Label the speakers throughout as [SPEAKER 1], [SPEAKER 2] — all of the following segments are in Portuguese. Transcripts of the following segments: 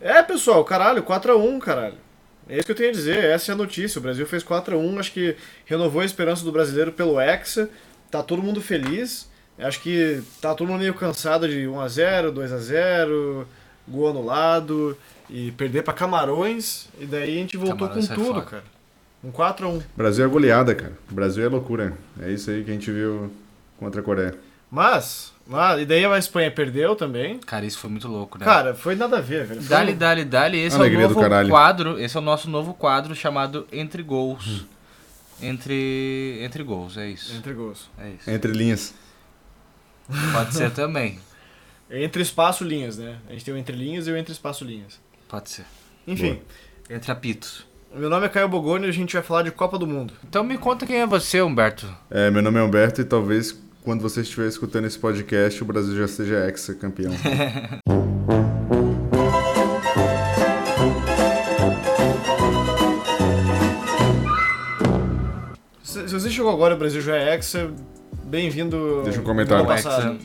[SPEAKER 1] É, pessoal, caralho, 4x1, caralho. É isso que eu tenho a dizer, essa é a notícia. O Brasil fez 4x1, acho que renovou a esperança do brasileiro pelo Hexa. Tá todo mundo feliz. Acho que tá todo mundo meio cansado de 1x0, 2x0, gol anulado e perder pra Camarões. E daí a gente voltou
[SPEAKER 2] Camarões
[SPEAKER 1] com
[SPEAKER 2] é
[SPEAKER 1] tudo,
[SPEAKER 2] foda.
[SPEAKER 1] cara. Um 4x1.
[SPEAKER 3] Brasil é goleada, cara. Brasil é loucura. É isso aí que a gente viu contra a Coreia.
[SPEAKER 1] Mas, mas, e daí a Espanha perdeu também.
[SPEAKER 2] Cara, isso foi muito louco, né?
[SPEAKER 1] Cara, foi nada a ver, velho. Foi
[SPEAKER 2] Dali,
[SPEAKER 1] um-
[SPEAKER 2] dali, dali. Esse
[SPEAKER 3] Alegria
[SPEAKER 2] é o
[SPEAKER 3] do
[SPEAKER 2] novo
[SPEAKER 3] caralho.
[SPEAKER 2] quadro. Esse é o nosso novo quadro chamado Entre Gols. Entre. Entre gols, é isso.
[SPEAKER 1] Entre gols.
[SPEAKER 2] É isso.
[SPEAKER 3] Entre linhas.
[SPEAKER 2] Pode ser também.
[SPEAKER 1] Entre espaço linhas, né? A gente tem o entre linhas e o entre espaço linhas.
[SPEAKER 2] Pode ser.
[SPEAKER 1] Enfim,
[SPEAKER 2] Entre apitos.
[SPEAKER 1] meu nome é Caio Bogoni e a gente vai falar de Copa do Mundo.
[SPEAKER 2] Então me conta quem é você, Humberto.
[SPEAKER 3] É, meu nome é Humberto e talvez quando você estiver escutando esse podcast, o Brasil já seja ex-campeão.
[SPEAKER 1] Se, se você chegou agora e o Brasil já é hexa, bem-vindo.
[SPEAKER 3] Deixa um comentário.
[SPEAKER 1] ao passado.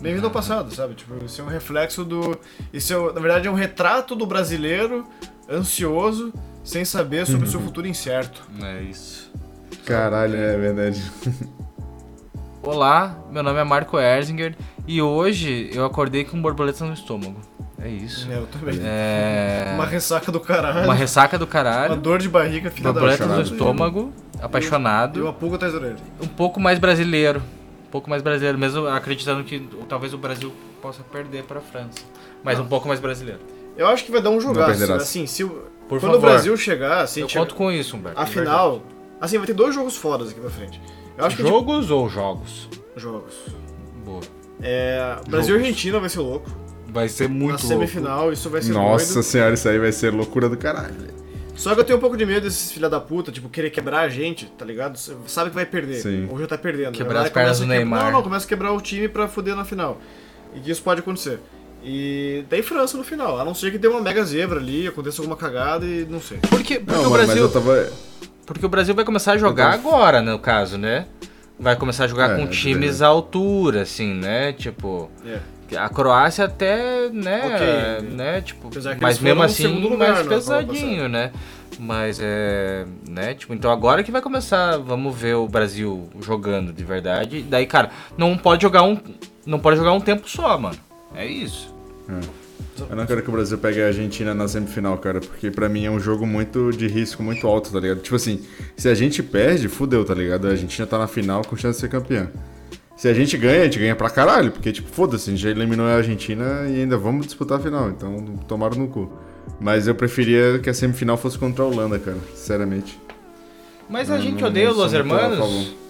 [SPEAKER 1] Bem-vindo ao passado, sabe? Tipo, isso é um reflexo do. Isso é, na verdade, é um retrato do brasileiro ansioso, sem saber sobre o seu futuro incerto.
[SPEAKER 2] É isso.
[SPEAKER 3] Caralho, é verdade.
[SPEAKER 2] Olá, meu nome é Marco Erzinger e hoje eu acordei com borboleta no estômago. É isso.
[SPEAKER 1] Eu também.
[SPEAKER 2] É.
[SPEAKER 1] Uma ressaca do caralho.
[SPEAKER 2] Uma ressaca do
[SPEAKER 1] Uma
[SPEAKER 2] caralho.
[SPEAKER 1] dor de barriga, filha da
[SPEAKER 2] Borboleta no
[SPEAKER 3] apaixonado.
[SPEAKER 2] estômago.
[SPEAKER 1] E
[SPEAKER 2] Apaixonado.
[SPEAKER 1] uma pulga atrás da orelha.
[SPEAKER 2] um pouco mais brasileiro. Um pouco mais brasileiro, mesmo acreditando que talvez o Brasil possa perder para a França. Mas um pouco mais brasileiro.
[SPEAKER 1] Eu acho que vai dar um jogaço.
[SPEAKER 3] perderás.
[SPEAKER 1] Assim, se o-
[SPEAKER 2] Por
[SPEAKER 1] quando
[SPEAKER 2] favor.
[SPEAKER 1] o Brasil chegar, assim,
[SPEAKER 2] Eu
[SPEAKER 1] chegar-
[SPEAKER 2] conto com isso, Humberto.
[SPEAKER 1] a
[SPEAKER 2] de
[SPEAKER 1] final. Assim, vai ter dois jogos fodas aqui pra frente. Eu acho
[SPEAKER 2] verdade.
[SPEAKER 1] que de-
[SPEAKER 2] Jogos ou jogos?
[SPEAKER 1] jogos.
[SPEAKER 2] Boa.
[SPEAKER 1] É, Brasil e Argentina vai ser louco.
[SPEAKER 2] Vai ser
[SPEAKER 1] Na
[SPEAKER 2] muito louco.
[SPEAKER 1] semifinal, isso vai ser
[SPEAKER 3] Nossa
[SPEAKER 1] é doido.
[SPEAKER 3] senhora, isso aí vai ser loucura do caralho.
[SPEAKER 1] Só que eu tenho um pouco de medo desses filha da puta, tipo, querer quebrar a gente, tá ligado? Cê Sabe que vai perder.
[SPEAKER 3] Sim.
[SPEAKER 1] Ou já tá perdendo.
[SPEAKER 2] Quebrar
[SPEAKER 1] Aí
[SPEAKER 2] as pernas
[SPEAKER 1] começa
[SPEAKER 2] do
[SPEAKER 1] a quebrar-
[SPEAKER 2] Neymar.
[SPEAKER 1] Não, não, começa a quebrar o time pra foder na final. E que isso pode acontecer. E daí França no final. A não ser que dê uma mega zebra ali, aconteça alguma cagada e não sei.
[SPEAKER 2] Porque, porque,
[SPEAKER 3] Não,
[SPEAKER 2] o
[SPEAKER 3] mano, mas
[SPEAKER 2] Brasil,
[SPEAKER 3] eu tava.
[SPEAKER 2] porque o Brasil vai começar a jogar
[SPEAKER 3] Eu
[SPEAKER 2] agora, no caso, né? Vai começar a jogar
[SPEAKER 3] É,
[SPEAKER 2] com
[SPEAKER 3] é
[SPEAKER 2] times
[SPEAKER 3] verdade.
[SPEAKER 2] à altura, assim, né? Tipo,
[SPEAKER 1] É.
[SPEAKER 2] a Croácia até, né?
[SPEAKER 1] Ok.
[SPEAKER 2] né? Tipo,
[SPEAKER 1] Apesar que
[SPEAKER 2] mas
[SPEAKER 1] eles
[SPEAKER 2] mesmo
[SPEAKER 1] foram
[SPEAKER 2] assim,
[SPEAKER 1] segundo lugar
[SPEAKER 2] mais
[SPEAKER 1] na Copa
[SPEAKER 2] pesadinho, né? Mas é, né? Tipo, então agora que vai começar, vamos ver o Brasil jogando de verdade. Daí, cara, não pode jogar um, não pode jogar um tempo só, mano. É isso.
[SPEAKER 3] Eu não quero que o Brasil pegue a Argentina na semifinal, cara, porque pra mim é um jogo muito de risco, muito alto, tá ligado? Tipo assim, se a gente perde, fudeu, tá ligado? A Argentina tá na final com chance de ser campeã. Se a gente ganha, a gente ganha pra caralho, porque, tipo, foda-se, a gente já eliminou a Argentina e ainda vamos disputar a final, então tomaram no cu. Mas eu preferia que a semifinal fosse contra a Holanda, cara, sinceramente.
[SPEAKER 2] Mas
[SPEAKER 3] Eu
[SPEAKER 2] a gente
[SPEAKER 3] não-
[SPEAKER 2] odeia
[SPEAKER 3] não
[SPEAKER 2] os Los
[SPEAKER 3] sou Uhum, é muito a
[SPEAKER 2] Hermanos.
[SPEAKER 3] favor.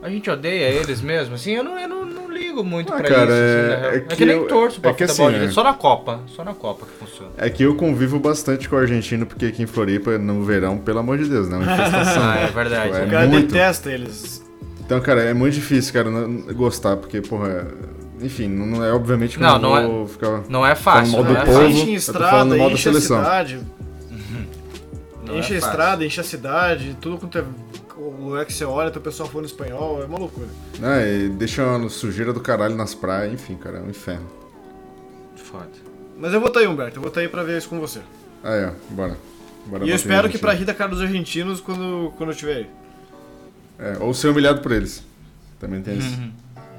[SPEAKER 2] A gente odeia eles mesmo, assim, eu não, eu não, não ligo muito
[SPEAKER 3] Ah,
[SPEAKER 2] pra
[SPEAKER 3] cara,
[SPEAKER 2] isso, assim,
[SPEAKER 3] é-
[SPEAKER 2] na real.
[SPEAKER 3] é
[SPEAKER 2] É que,
[SPEAKER 3] que
[SPEAKER 2] nem
[SPEAKER 3] eu-
[SPEAKER 2] torço pra
[SPEAKER 3] é que
[SPEAKER 2] futebol
[SPEAKER 3] assim,
[SPEAKER 2] direito,
[SPEAKER 3] é-
[SPEAKER 2] só na Copa, só na Copa que funciona.
[SPEAKER 3] É que eu convivo bastante com o argentino, porque aqui em Floripa, no verão, pelo amor de Deus, né? Uma infestação.
[SPEAKER 2] Ah, é
[SPEAKER 3] né?
[SPEAKER 2] verdade.
[SPEAKER 3] Tipo,
[SPEAKER 1] O cara
[SPEAKER 3] muito.
[SPEAKER 1] detesta eles.
[SPEAKER 3] Então, cara, é muito difícil, cara, não- gostar, porque, porra, enfim, não não é obviamente que eu
[SPEAKER 2] Não,
[SPEAKER 3] não,
[SPEAKER 2] não
[SPEAKER 3] vou ficar.
[SPEAKER 2] Não é fácil,
[SPEAKER 3] Falando
[SPEAKER 2] não
[SPEAKER 3] mal
[SPEAKER 2] é
[SPEAKER 3] do povo.
[SPEAKER 2] fácil.
[SPEAKER 1] Ah, Enche em
[SPEAKER 3] eu tô falando
[SPEAKER 1] estrada,
[SPEAKER 3] mal da
[SPEAKER 1] enche a
[SPEAKER 3] seleção.
[SPEAKER 1] cidade.
[SPEAKER 2] Não é
[SPEAKER 1] enche a
[SPEAKER 2] fácil.
[SPEAKER 1] estrada, enche a cidade, tudo quanto é lugar que você olha, tem o pessoal falando espanhol, é uma loucura.
[SPEAKER 3] Ah, e deixa uma sujeira do caralho nas praias, enfim, cara, é um inferno.
[SPEAKER 2] Foda.
[SPEAKER 1] Mas eu vou tá aí, Humberto, eu vou tá aí pra ver isso com você.
[SPEAKER 3] Aí, ó, bora. bora
[SPEAKER 1] E
[SPEAKER 3] bater
[SPEAKER 1] eu espero que pra
[SPEAKER 3] Argentina.
[SPEAKER 1] rir da cara dos argentinos quando, quando eu tiver aí.
[SPEAKER 3] É, ou ser humilhado por eles. Também tem isso.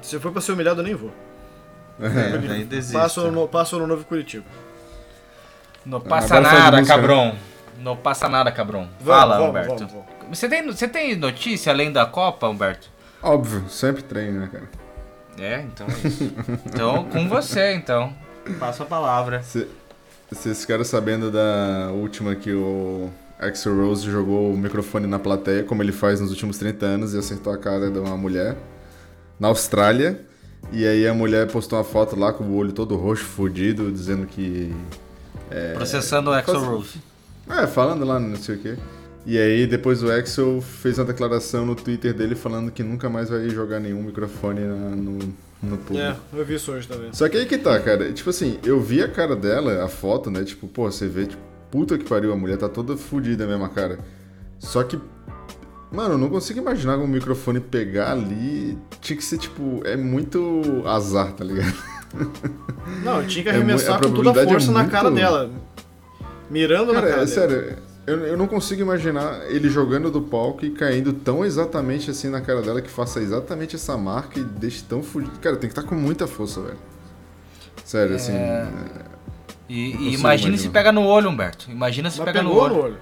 [SPEAKER 1] Se for pra ser humilhado, eu nem vou.
[SPEAKER 2] É, daí desista.
[SPEAKER 1] Passo ano, passo ano novo em Curitiba.
[SPEAKER 2] Não
[SPEAKER 3] Ah,
[SPEAKER 2] passa
[SPEAKER 3] agora fala de
[SPEAKER 2] nada,
[SPEAKER 3] música, né?
[SPEAKER 2] cabrão. Não passa nada, cabrão.
[SPEAKER 1] Vamos,
[SPEAKER 2] Fala,
[SPEAKER 1] vamos,
[SPEAKER 2] Humberto.
[SPEAKER 1] vamos, vamos.
[SPEAKER 2] Você, tem, você tem notícia além da Copa, Humberto?
[SPEAKER 3] Óbvio, sempre treino, né, cara?
[SPEAKER 2] É, então é isso. então, com você, então. Passo a palavra.
[SPEAKER 3] Cê- Vocês ficaram sabendo da última que o Axel Rose jogou o microfone na plateia, como ele faz nos últimos 30 anos, e acertou a cara de uma mulher na Austrália. E aí a mulher postou uma foto lá com o olho todo roxo, fudido, dizendo que.
[SPEAKER 2] É, Processando o Axel Rose.
[SPEAKER 3] É, falando lá, não sei o quê. E aí depois o Axel fez uma declaração no Twitter dele falando que nunca mais vai jogar nenhum microfone na- no, no público.
[SPEAKER 1] É, eu vi isso hoje também.
[SPEAKER 3] Só que aí que tá, cara. Tipo assim, eu vi a cara dela, a foto, né? Tipo, pô, você vê, tipo, puta que pariu, a mulher tá toda fodida mesmo a cara. Só que, mano, eu não consigo imaginar um microfone pegar ali. Tinha que ser, tipo, é muito azar, tá ligado?
[SPEAKER 1] Não, tinha que
[SPEAKER 3] É mu-
[SPEAKER 1] arremessar
[SPEAKER 3] a
[SPEAKER 1] com toda a
[SPEAKER 3] probabilidade é
[SPEAKER 1] força na cara
[SPEAKER 3] muito-
[SPEAKER 1] dela. Mirando na
[SPEAKER 3] Cara,
[SPEAKER 1] cara dela.
[SPEAKER 3] é sério, eu, eu não consigo imaginar ele jogando do palco e caindo tão exatamente assim na cara dela que faça exatamente essa marca e deixe tão fudido. Cara, tem que estar com muita força, velho. Sério, assim. é,
[SPEAKER 2] E, e
[SPEAKER 3] consigo
[SPEAKER 2] imagina se
[SPEAKER 3] imaginar.
[SPEAKER 2] pega no olho, Humberto. Imagina se
[SPEAKER 1] Mas
[SPEAKER 2] pega no
[SPEAKER 1] pegou
[SPEAKER 2] olho.
[SPEAKER 1] no olho.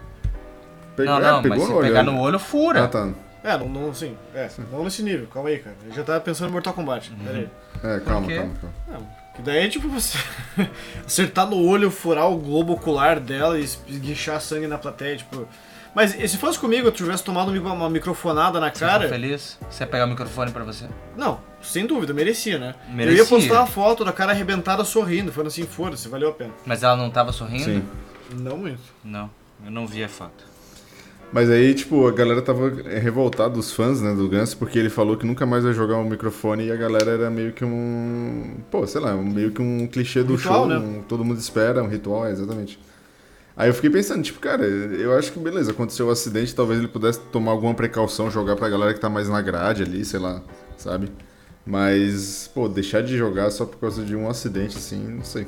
[SPEAKER 3] pegou-
[SPEAKER 2] Não,
[SPEAKER 3] é,
[SPEAKER 2] não,
[SPEAKER 3] pegou
[SPEAKER 2] mas se
[SPEAKER 3] olho,
[SPEAKER 2] pegar
[SPEAKER 3] né?
[SPEAKER 2] no olho, fura.
[SPEAKER 3] Ah, tá.
[SPEAKER 1] É, não, não sim. É, não nesse nível. Calma aí, cara. Ele já tava pensando em Mortal Kombat. Pera aí.
[SPEAKER 3] É, calma,
[SPEAKER 2] quê?
[SPEAKER 3] calma, calma.
[SPEAKER 1] Não, que daí é tipo você acertar no olho, furar o globo ocular dela e esguichar sangue na plateia, tipo... Mas e se fosse comigo, eu tivesse tomado uma uma microfonada na
[SPEAKER 2] Você ficou
[SPEAKER 1] cara...
[SPEAKER 2] feliz? Você ia pegar o microfone pra você?
[SPEAKER 1] Não, sem dúvida, merecia, né?
[SPEAKER 2] Merecia.
[SPEAKER 1] Eu ia postar uma foto da cara arrebentada sorrindo, falando assim, foda-se, valeu a pena.
[SPEAKER 2] Mas ela não tava sorrindo?
[SPEAKER 3] Sim.
[SPEAKER 1] Não muito.
[SPEAKER 2] Não, eu não vi a foto.
[SPEAKER 3] Mas aí, tipo, a galera tava é, revoltada, os fãs, né, do Guns, porque ele falou que nunca mais vai jogar um microfone e a galera era meio que um. Pô, sei lá, um- meio que um clichê do
[SPEAKER 1] Ritual, né?
[SPEAKER 3] show, um- todo mundo espera, um ritual, é, exatamente. Aí eu fiquei pensando, tipo, cara, eu acho que beleza, aconteceu o acidente, talvez ele pudesse tomar alguma precaução, jogar pra galera que tá mais na grade ali, sei lá, sabe? Mas, pô, deixar de jogar só por causa de um acidente, assim, não sei.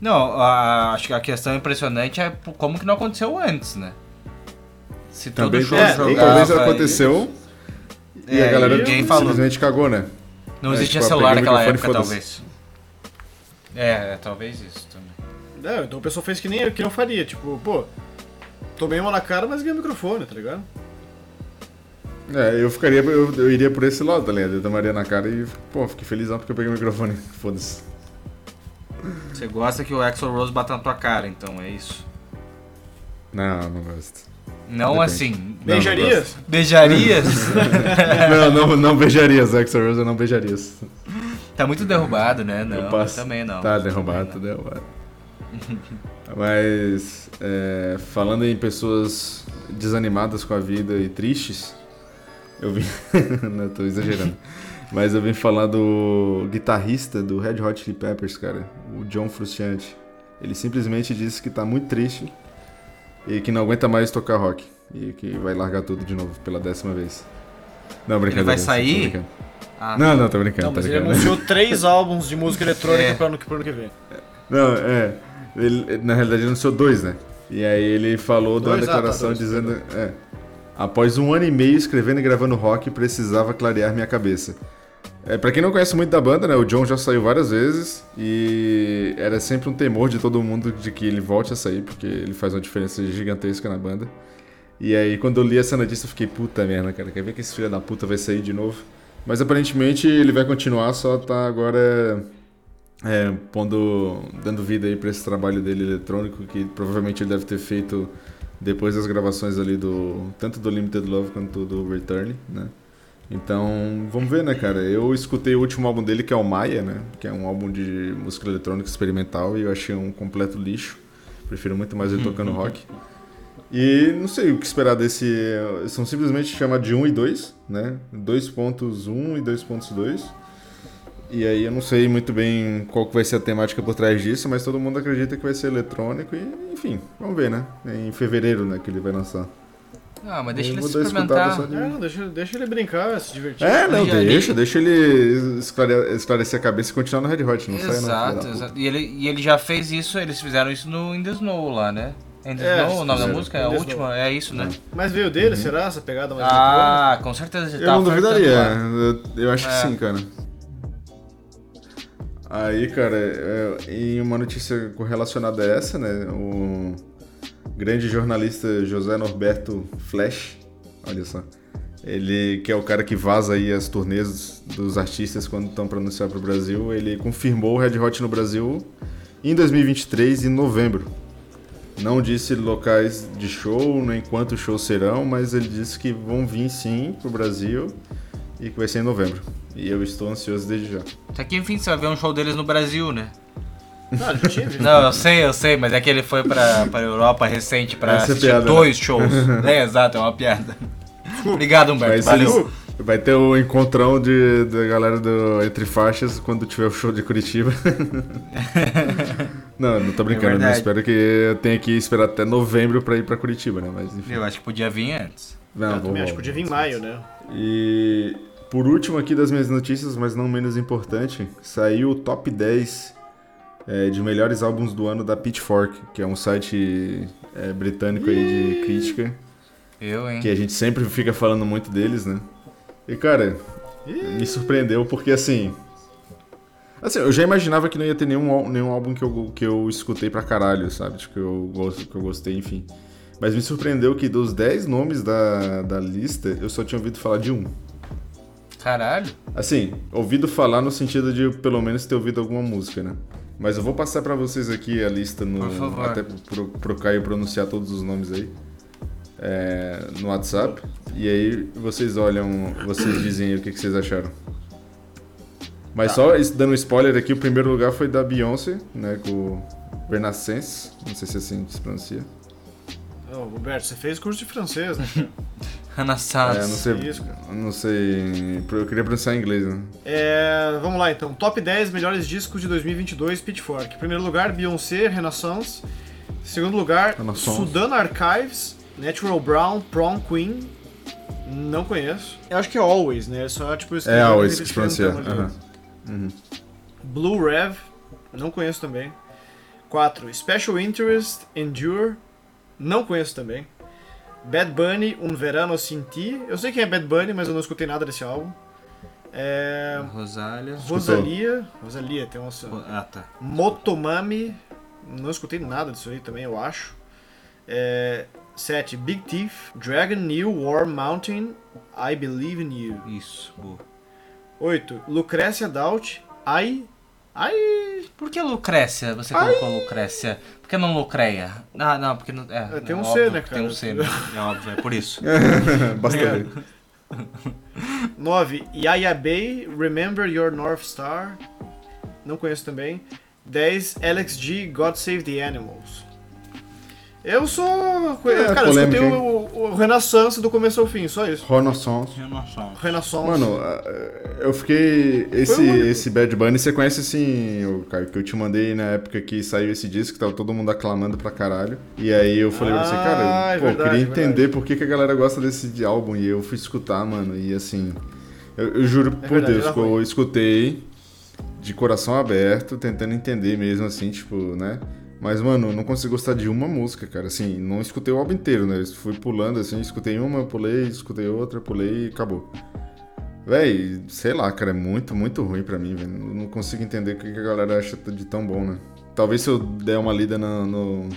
[SPEAKER 2] Não, a- acho que a questão impressionante é p- como que não aconteceu antes, né? Se todo
[SPEAKER 3] Também
[SPEAKER 2] show
[SPEAKER 1] é,
[SPEAKER 3] talvez-
[SPEAKER 2] jogava...
[SPEAKER 3] talvez
[SPEAKER 2] e-
[SPEAKER 3] aconteceu e
[SPEAKER 2] É,
[SPEAKER 3] a galera
[SPEAKER 2] ninguém falou.
[SPEAKER 3] simplesmente cagou, né?
[SPEAKER 2] Não
[SPEAKER 3] É,
[SPEAKER 2] existia
[SPEAKER 3] tipo,
[SPEAKER 2] celular
[SPEAKER 3] peguei o
[SPEAKER 2] naquela época,
[SPEAKER 3] microfone e
[SPEAKER 2] talvez. É, é, talvez isso também.
[SPEAKER 1] É, então o pessoal fez que nem eu, que eu faria, tipo, pô... Tomei uma na cara, mas ganhei o microfone, tá ligado?
[SPEAKER 3] É, eu ficaria, eu, eu iria por esse lado, tá ligado? Eu tomaria na cara e, pô, fiquei felizão porque eu peguei o microfone. Foda-se.
[SPEAKER 2] Você gosta que o Axel Rose bata na tua cara, então, é isso.
[SPEAKER 3] Não, não gosto.
[SPEAKER 2] Não
[SPEAKER 3] Depende.
[SPEAKER 2] assim.
[SPEAKER 3] Não,
[SPEAKER 1] Beijaria?
[SPEAKER 2] Beijarias?
[SPEAKER 3] não, não, não beijaria, Zack Rose, eu não beijaria.
[SPEAKER 2] tá muito derrubado, né? Não,
[SPEAKER 3] eu passo.
[SPEAKER 2] também não.
[SPEAKER 3] Tá derrubado, tá derrubado. Mas, é, falando em pessoas desanimadas com a vida e tristes, eu vim. não, tô exagerando. Mas eu vim falar do guitarrista do Red Hot Chili Peppers, cara, o John Frusciante. Ele simplesmente disse que tá muito triste e que não aguenta mais tocar rock. E que vai largar tudo de novo pela décima vez. Não, brincadeira.
[SPEAKER 2] vai
[SPEAKER 3] tô
[SPEAKER 2] sair?
[SPEAKER 3] brincando.
[SPEAKER 2] Ah.
[SPEAKER 3] Não, não, tô brincando,
[SPEAKER 1] Não,
[SPEAKER 3] tá
[SPEAKER 1] mas ele
[SPEAKER 3] brincando.
[SPEAKER 1] anunciou três álbuns de música eletrônica
[SPEAKER 2] É.
[SPEAKER 1] pra ano, pro ano que vem.
[SPEAKER 3] Não, é. Ele, na realidade, ele anunciou dois, né? E aí ele falou de uma
[SPEAKER 1] Dois? Ah, tá,
[SPEAKER 3] declaração
[SPEAKER 1] dois,
[SPEAKER 3] dizendo. É, Após um ano e meio escrevendo e gravando rock, precisava clarear minha cabeça. É, para quem não conhece muito da banda, né, o John já saiu várias vezes e era sempre um temor de todo mundo de que ele volte a sair, porque ele faz uma diferença gigantesca na banda. E aí, quando eu li essa notícia, eu fiquei, puta merda, cara, quer ver que esse filho da puta vai sair de novo? Mas aparentemente ele vai continuar, só tá agora é, pondo, dando vida aí pra esse trabalho dele eletrônico, que provavelmente ele deve ter feito depois das gravações ali do tanto do Limited Love quanto do Return, né? Então, vamos ver, né, cara? Eu escutei o último álbum dele, que é o Maia, né? Que é um álbum de música eletrônica experimental e eu achei um completo lixo. Prefiro muito mais ele tocando rock. E não sei o que esperar desse. São simplesmente chamados de 1 e 2, né? 2.1 e 2.2. E aí eu não sei muito bem qual que vai ser a temática por trás disso, mas todo mundo acredita que vai ser eletrônico e, enfim, vamos ver, né? É em fevereiro, né, que ele vai lançar.
[SPEAKER 2] Ah, mas deixa
[SPEAKER 3] Eu
[SPEAKER 2] ele
[SPEAKER 3] vou
[SPEAKER 2] se
[SPEAKER 3] dar uma escutada
[SPEAKER 2] experimentar.
[SPEAKER 3] só de-
[SPEAKER 1] É, não, deixa, deixa ele brincar, se divertir.
[SPEAKER 3] É, não,
[SPEAKER 2] Mas aí-
[SPEAKER 3] deixa, deixa ele esclare- esclarecer a cabeça e continuar no Red Hot, não sai não. filho da
[SPEAKER 2] Exato,
[SPEAKER 3] puta.
[SPEAKER 2] exato. E ele, e ele já fez isso, eles fizeram isso no In The Snow lá, né? In The
[SPEAKER 1] É,
[SPEAKER 2] Snow, o nome da
[SPEAKER 1] fizeram.
[SPEAKER 2] música?
[SPEAKER 1] In
[SPEAKER 2] É a
[SPEAKER 1] The É.
[SPEAKER 2] última? É isso, né?
[SPEAKER 1] Mas veio dele,
[SPEAKER 3] Uhum.
[SPEAKER 1] será? Essa pegada mais eletrônica?
[SPEAKER 2] Ah, com certeza. ele
[SPEAKER 3] Eu não
[SPEAKER 2] tava
[SPEAKER 3] duvidaria.
[SPEAKER 2] flertando lá.
[SPEAKER 3] Eu, eu acho
[SPEAKER 2] É.
[SPEAKER 3] que sim, cara. Aí, cara, é, em uma notícia correlacionada a essa, né? O grande jornalista José Norberto Flash, olha só. Ele, que é o cara que vaza aí as turnês dos artistas quando estão para anunciar pro Brasil, ele confirmou o Red Hot no Brasil em 2023, em novembro. Não disse locais de show, nem quantos shows serão, mas ele disse que vão vir sim pro Brasil e que vai ser em novembro. E eu estou ansioso desde já.
[SPEAKER 2] Daqui, enfim, você vai ver um show deles no Brasil, né?
[SPEAKER 1] Ah, já tinha visto.
[SPEAKER 2] Não, eu sei, eu sei, mas é que ele foi pra, pra Europa recente pra
[SPEAKER 3] Essa é
[SPEAKER 2] assistir
[SPEAKER 3] piada, né?
[SPEAKER 2] dois shows. é, exato, é uma piada. Obrigado, Humberto.
[SPEAKER 3] Mas
[SPEAKER 2] Valeu.
[SPEAKER 3] eles- vai ter o encontrão de, da galera do Entre Faixas quando tiver o show de Curitiba. não, não tô brincando, né?
[SPEAKER 2] É verdade.
[SPEAKER 3] Espero que eu tenha que esperar até novembro pra ir pra Curitiba, né? Mas enfim.
[SPEAKER 2] Eu acho que podia vir antes.
[SPEAKER 3] Não,
[SPEAKER 1] Eu
[SPEAKER 3] vou-
[SPEAKER 1] também acho que
[SPEAKER 3] vou-
[SPEAKER 1] podia vir em maio, né?
[SPEAKER 3] E Por último aqui das minhas notícias, mas não menos importante, saiu o top 10 é, de melhores álbuns do ano da Pitchfork, que é um site é, britânico aí de crítica,
[SPEAKER 2] Eu, hein?
[SPEAKER 3] que a gente sempre fica falando muito deles, né? E cara, me surpreendeu porque assim. Assim, eu já imaginava que não ia ter nenhum, ál- nenhum álbum que eu, que eu escutei pra caralho, sabe? Tipo, que eu, gosto, que eu gostei, enfim. Mas me surpreendeu que dos 10 nomes da, da lista, eu só tinha ouvido falar de um.
[SPEAKER 2] Caralho.
[SPEAKER 3] Assim, ouvido falar no sentido de pelo menos ter ouvido alguma música, né? Mas eu vou passar pra vocês aqui a lista no.
[SPEAKER 2] Por favor.
[SPEAKER 3] Até pro, pro Caio pronunciar todos os nomes aí. é, no WhatsApp. E aí vocês olham, vocês dizem aí o que, que vocês acharam. Mas
[SPEAKER 2] Tá.
[SPEAKER 3] só es- dando um spoiler aqui, o primeiro lugar foi da Beyoncé, né? Com Renaissance. Não sei se é assim que se pronuncia.
[SPEAKER 1] Não, Roberto, você fez curso de francês, né?
[SPEAKER 2] Hannah
[SPEAKER 3] É, eu não
[SPEAKER 2] Sanz.
[SPEAKER 3] sei.
[SPEAKER 1] isso,
[SPEAKER 3] eu Não sei. Eu queria pronunciar em inglês, né?
[SPEAKER 1] É, vamos lá então. Top 10 melhores discos de 2022 Pitchfork. Primeiro lugar, Beyoncé, Renaissance. Segundo lugar,
[SPEAKER 3] Renaissance.
[SPEAKER 1] Sudan Archives, Natural Brown, Prom Queen. Não conheço. Eu acho que é Always, né? Só tipo
[SPEAKER 3] É,
[SPEAKER 1] escrevendo,
[SPEAKER 3] ah, o
[SPEAKER 1] eles
[SPEAKER 3] que se pronuncia.
[SPEAKER 1] cantando ali.
[SPEAKER 3] aham.
[SPEAKER 1] Blue Rev, não conheço também. 4. Special Interest, Endure, não conheço também. Bad Bunny, Um Verano Sin Ti. Eu sei quem é Bad Bunny, mas eu não escutei nada desse álbum. É,
[SPEAKER 2] Rosália.
[SPEAKER 1] Rosalia, Rosalia, tem uma...
[SPEAKER 2] Ah, tá.
[SPEAKER 1] Motomami, não escutei nada disso aí também, eu acho. 7. Big Thief, Dragon New War Mountain, I Believe in You.
[SPEAKER 2] Isso, boa.
[SPEAKER 1] 8. Lucrécia Daut, I. I.
[SPEAKER 2] Por que Lucrécia? Você colocou Lucrécia. Por que não Lucreia? Ah, não, porque não. É,
[SPEAKER 1] É, tem
[SPEAKER 2] é
[SPEAKER 1] um
[SPEAKER 2] óbvio
[SPEAKER 1] C, né,
[SPEAKER 2] que
[SPEAKER 1] cara?
[SPEAKER 2] Tem um C, né? É óbvio, é por isso.
[SPEAKER 3] Basta ver.
[SPEAKER 1] Obrigado. 9. Yaya Bay, Remember Your North Star. Não conheço também. 10. Alex G, God Save the Animals. Eu sou.
[SPEAKER 3] É,
[SPEAKER 1] cara, eu
[SPEAKER 3] polêmica,
[SPEAKER 1] escutei
[SPEAKER 3] hein?
[SPEAKER 1] o, o Renaissance do começo ao fim, só isso.
[SPEAKER 3] Renaissance.
[SPEAKER 2] Eu não sou.
[SPEAKER 1] Renaissance.
[SPEAKER 3] Mano, a- eu fiquei. Esse,
[SPEAKER 1] Foi o único.
[SPEAKER 3] esse Bad Bunny, você conhece assim, o Caio, que eu te mandei na época que saiu esse disco, que tava todo mundo aclamando pra caralho. E aí eu falei pra você,
[SPEAKER 1] Ah,
[SPEAKER 3] cara,
[SPEAKER 1] é
[SPEAKER 3] pô, eu
[SPEAKER 1] verdade,
[SPEAKER 3] queria entender por que, que a galera gosta desse de álbum. E eu fui escutar, mano, e assim. Eu, eu juro por
[SPEAKER 1] É verdade,
[SPEAKER 3] Deus
[SPEAKER 1] era
[SPEAKER 3] que eu escutei de coração aberto, tentando entender mesmo, assim, tipo, né? Mas, mano, eu não consigo gostar de uma música, cara. Assim, não escutei o álbum inteiro, né? Eu fui pulando, assim, escutei uma, pulei, escutei outra, pulei e acabou. Véi, sei lá, cara, é muito, muito ruim pra mim, velho. Eu Não consigo entender o que que a galera acha de tão bom, né? Talvez se eu der uma lida na, no-